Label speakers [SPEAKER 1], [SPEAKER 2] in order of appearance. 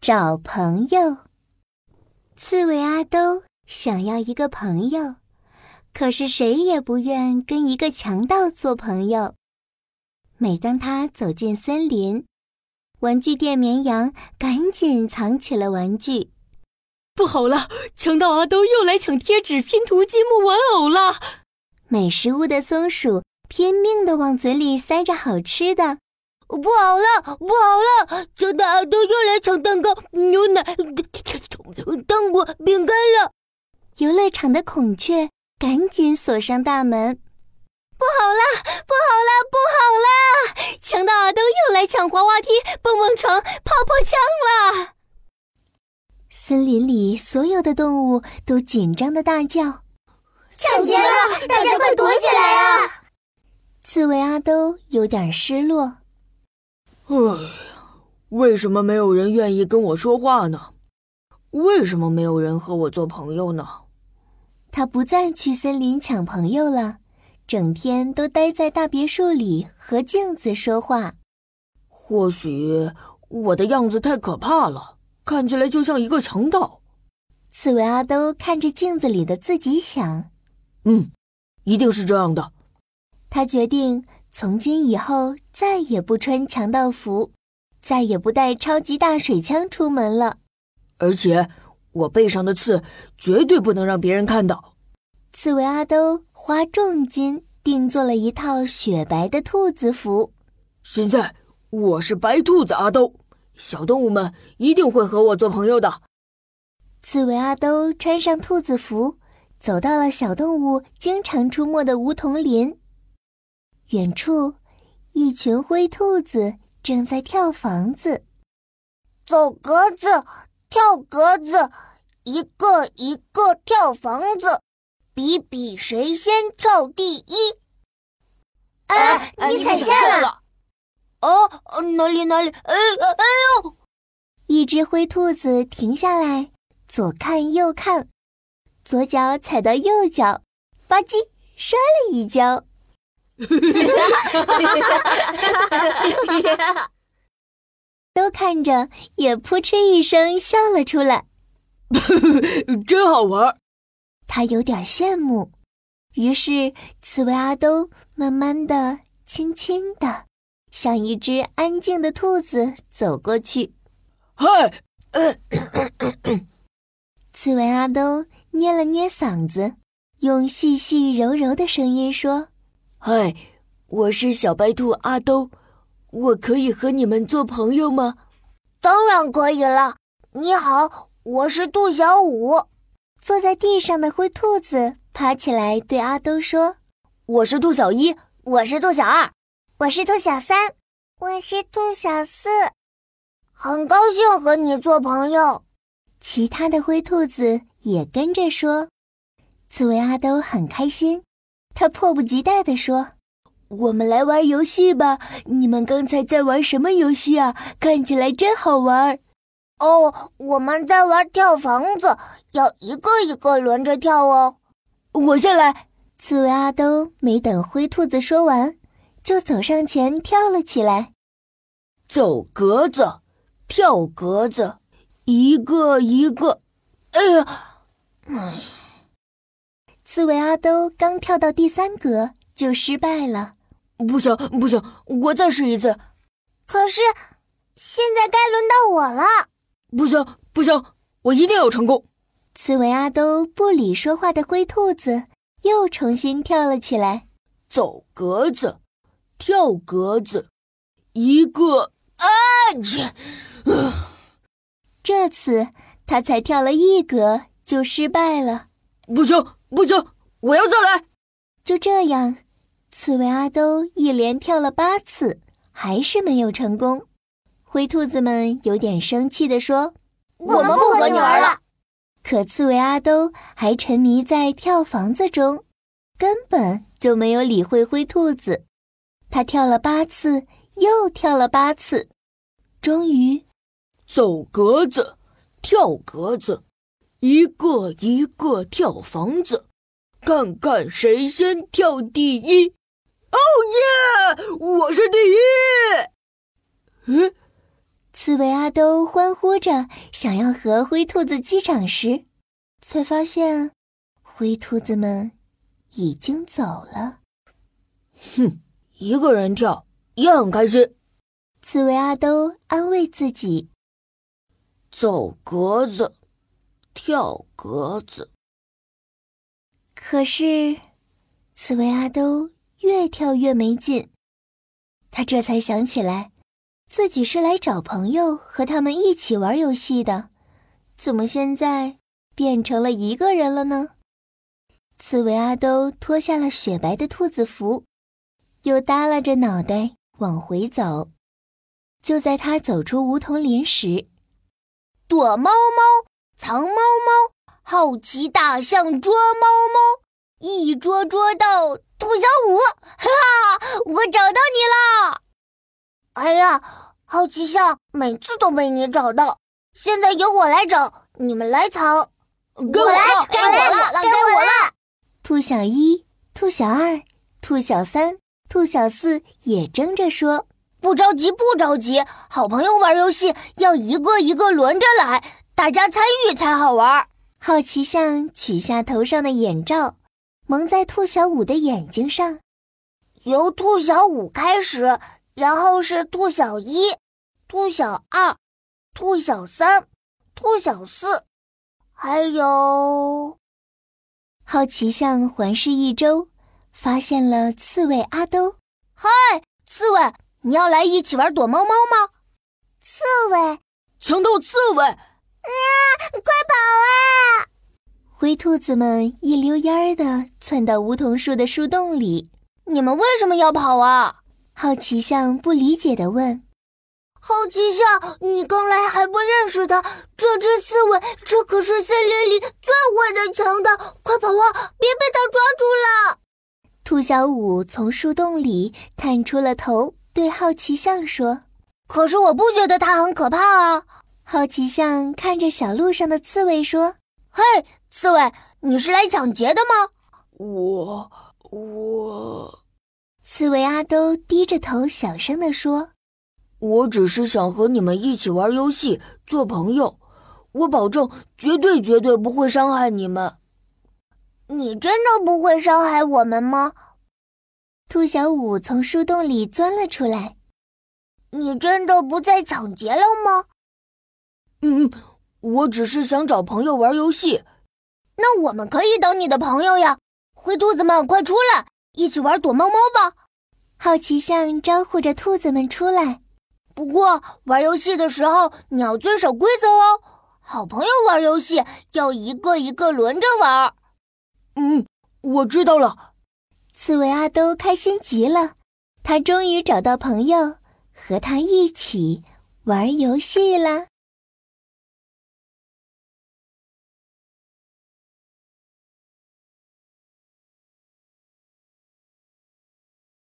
[SPEAKER 1] 找朋友。刺猬阿兜想要一个朋友，可是谁也不愿跟一个强盗做朋友。每当他走进森林，玩具店绵羊赶紧藏起了玩具。
[SPEAKER 2] 不好了，强盗阿兜又来抢贴纸、拼图、积木、玩偶了！
[SPEAKER 1] 美食屋的松鼠拼命地往嘴里塞着好吃的。
[SPEAKER 3] 不好了，不好了！强盗阿兜又来抢蛋糕、牛奶、糖果、饼干了。
[SPEAKER 1] 游乐场的孔雀赶紧锁上大门。
[SPEAKER 4] 不好了，不好了，不好了！强盗阿兜又来抢滑滑梯、蹦蹦床、泡泡枪了。
[SPEAKER 1] 森林里所有的动物都紧张的大叫：“
[SPEAKER 5] 抢劫了！大家快躲起来啊！”
[SPEAKER 1] 刺猬阿兜有点失落。
[SPEAKER 6] 唉，为什么没有人愿意跟我说话呢？为什么没有人和我做朋友呢？
[SPEAKER 1] 他不再去森林抢朋友了，整天都待在大别墅里和镜子说话。
[SPEAKER 6] 或许我的样子太可怕了，看起来就像一个强盗。
[SPEAKER 1] 刺猬阿兜看着镜子里的自己，想：“
[SPEAKER 6] 嗯，一定是这样的。”
[SPEAKER 1] 他决定。从今以后，再也不穿强盗服，再也不带超级大水枪出门了。
[SPEAKER 6] 而且，我背上的刺绝对不能让别人看到。
[SPEAKER 1] 刺猬阿兜花重金定做了一套雪白的兔子服。
[SPEAKER 6] 现在我是白兔子阿兜，小动物们一定会和我做朋友的。
[SPEAKER 1] 刺猬阿兜穿上兔子服，走到了小动物经常出没的梧桐林。远处，一群灰兔子正在跳房子，
[SPEAKER 5] 走格子，跳格子，一个一个跳房子，比比谁先跳第一。
[SPEAKER 3] 哎、啊，你踩线了！
[SPEAKER 5] 哦、啊，哪里哪里？哎哎呦！
[SPEAKER 1] 一只灰兔子停下来，左看右看，左脚踩到右脚，吧唧摔了一跤。 都看着也扑哧一声笑了出来，
[SPEAKER 6] 真好玩。
[SPEAKER 1] 他有点羡慕，于是刺猬阿兜慢慢的、轻轻的，像一只安静的兔子走过去。
[SPEAKER 6] 嗨，
[SPEAKER 1] 刺猬阿兜捏了捏嗓子，用细细柔柔的声音说。
[SPEAKER 6] 嗨，我是小白兔阿兜，我可以和你们做朋友吗？
[SPEAKER 5] 当然可以了。你好，我是杜小五。
[SPEAKER 1] 坐在地上的灰兔子爬起来对阿兜说：“
[SPEAKER 6] 我是杜小一，
[SPEAKER 3] 我是杜小二，
[SPEAKER 7] 我是杜小三，
[SPEAKER 8] 我是杜小四。
[SPEAKER 5] 很高兴和你做朋友。”
[SPEAKER 1] 其他的灰兔子也跟着说。刺猬阿兜很开心。他迫不及待地说：“
[SPEAKER 3] 我们来玩游戏吧！你们刚才在玩什么游戏啊？看起来真好玩。”“
[SPEAKER 5] 哦，我们在玩跳房子，要一个一个轮着跳哦。”“
[SPEAKER 3] 我先来。”
[SPEAKER 1] 刺猬阿兜没等灰兔子说完，就走上前跳了起来。
[SPEAKER 6] 走格子，跳格子，一个一个。哎呀，
[SPEAKER 1] 哎。刺猬阿兜刚跳到第三格就失败了，
[SPEAKER 6] 不行不行，我再试一次。
[SPEAKER 8] 可是现在该轮到我了，
[SPEAKER 6] 不行不行，我一定要成功。
[SPEAKER 1] 刺猬阿兜不理说话的灰兔子，又重新跳了起来。
[SPEAKER 6] 走格子，跳格子，一个啊
[SPEAKER 1] 去！呃、这次他才跳了一格就失败了，
[SPEAKER 6] 不行。不行，我要再来！
[SPEAKER 1] 就这样，刺猬阿兜一连跳了八次，还是没有成功。灰兔子们有点生气地说：“
[SPEAKER 5] 我们不和你玩了。”
[SPEAKER 1] 可刺猬阿兜还沉迷在跳房子中，根本就没有理会灰兔子。他跳了八次，又跳了八次，终于，
[SPEAKER 6] 走格子，跳格子。一个一个跳房子，看看谁先跳第一！Oh 哦耶！我是第一！
[SPEAKER 1] 诶，刺猬阿兜欢呼着想要和灰兔子击掌时，才发现灰兔子们已经走了。
[SPEAKER 6] 哼，一个人跳也很开心。
[SPEAKER 1] 刺猬阿兜安慰自己：“
[SPEAKER 6] 走格子，跳格子。”
[SPEAKER 1] 可是，刺猬阿兜越跳越没劲。他这才想起来。自己是来找朋友和他们一起玩游戏的，怎么现在变成了一个人了呢？刺猬阿兜脱下了雪白的兔子服，又耷拉着脑袋往回走。就在他走出梧桐林时，
[SPEAKER 5] 躲猫猫，藏猫猫，好奇大象捉猫猫，一捉捉到兔小五，哈哈，我找到你啦！
[SPEAKER 8] 哎呀，好奇象每次都被你找到，现在由我来找，你们来藏。
[SPEAKER 6] 给我
[SPEAKER 8] 来，
[SPEAKER 6] 给
[SPEAKER 8] 我了，给我了！
[SPEAKER 1] 兔小一、兔小二、兔小三、兔小四也争着说：“
[SPEAKER 5] 不着急，不着急，好朋友玩游戏要一个一个轮着来，大家参与才好玩。”
[SPEAKER 1] 好奇象取下头上的眼罩，蒙在兔小五的眼睛上，
[SPEAKER 8] 由兔小五开始。然后是兔小一、兔小二、兔小三、兔小四，还有
[SPEAKER 1] 好奇象环视一周，发现了刺猬阿兜。
[SPEAKER 5] 嗨，刺猬，你要来一起玩躲猫猫吗？
[SPEAKER 8] 刺猬，
[SPEAKER 6] 强盗刺猬，啊，
[SPEAKER 8] 快跑啊！
[SPEAKER 1] 灰兔子们一溜烟儿的窜到梧桐树的树洞里。
[SPEAKER 5] 你们为什么要跑啊？
[SPEAKER 1] 好奇象不理解地问：“
[SPEAKER 8] 好奇象，你刚来还不认识它？这只刺猬，这可是森林里最坏的强盗！快跑啊，别被它抓住了！”
[SPEAKER 1] 兔小五从树洞里探出了头，对好奇象说：“
[SPEAKER 5] 可是我不觉得它很可怕啊。”
[SPEAKER 1] 好奇象看着小路上的刺猬说：“
[SPEAKER 5] 嘿，刺猬，你是来抢劫的吗？”
[SPEAKER 6] 我我。
[SPEAKER 1] 刺猬阿兜低着头，小声地说：“
[SPEAKER 6] 我只是想和你们一起玩游戏，做朋友。我保证绝对绝对不会伤害你们。”
[SPEAKER 8] 你真的不会伤害我们吗？
[SPEAKER 1] 兔小五从树洞里钻了出来。
[SPEAKER 8] “你真的不再抢劫了吗？”“
[SPEAKER 6] 嗯，我只是想找朋友玩游戏。”“
[SPEAKER 5] 那我们可以当你的朋友呀！灰兔子们，快出来，一起玩躲猫猫吧！”
[SPEAKER 1] 好奇象招呼着兔子们出来，
[SPEAKER 5] 不过玩游戏的时候你要遵守规则哦。好朋友玩游戏要一个一个轮着玩。
[SPEAKER 6] 嗯，我知道了。
[SPEAKER 1] 刺猬阿兜开心极了，他终于找到朋友，和他一起玩游戏啦。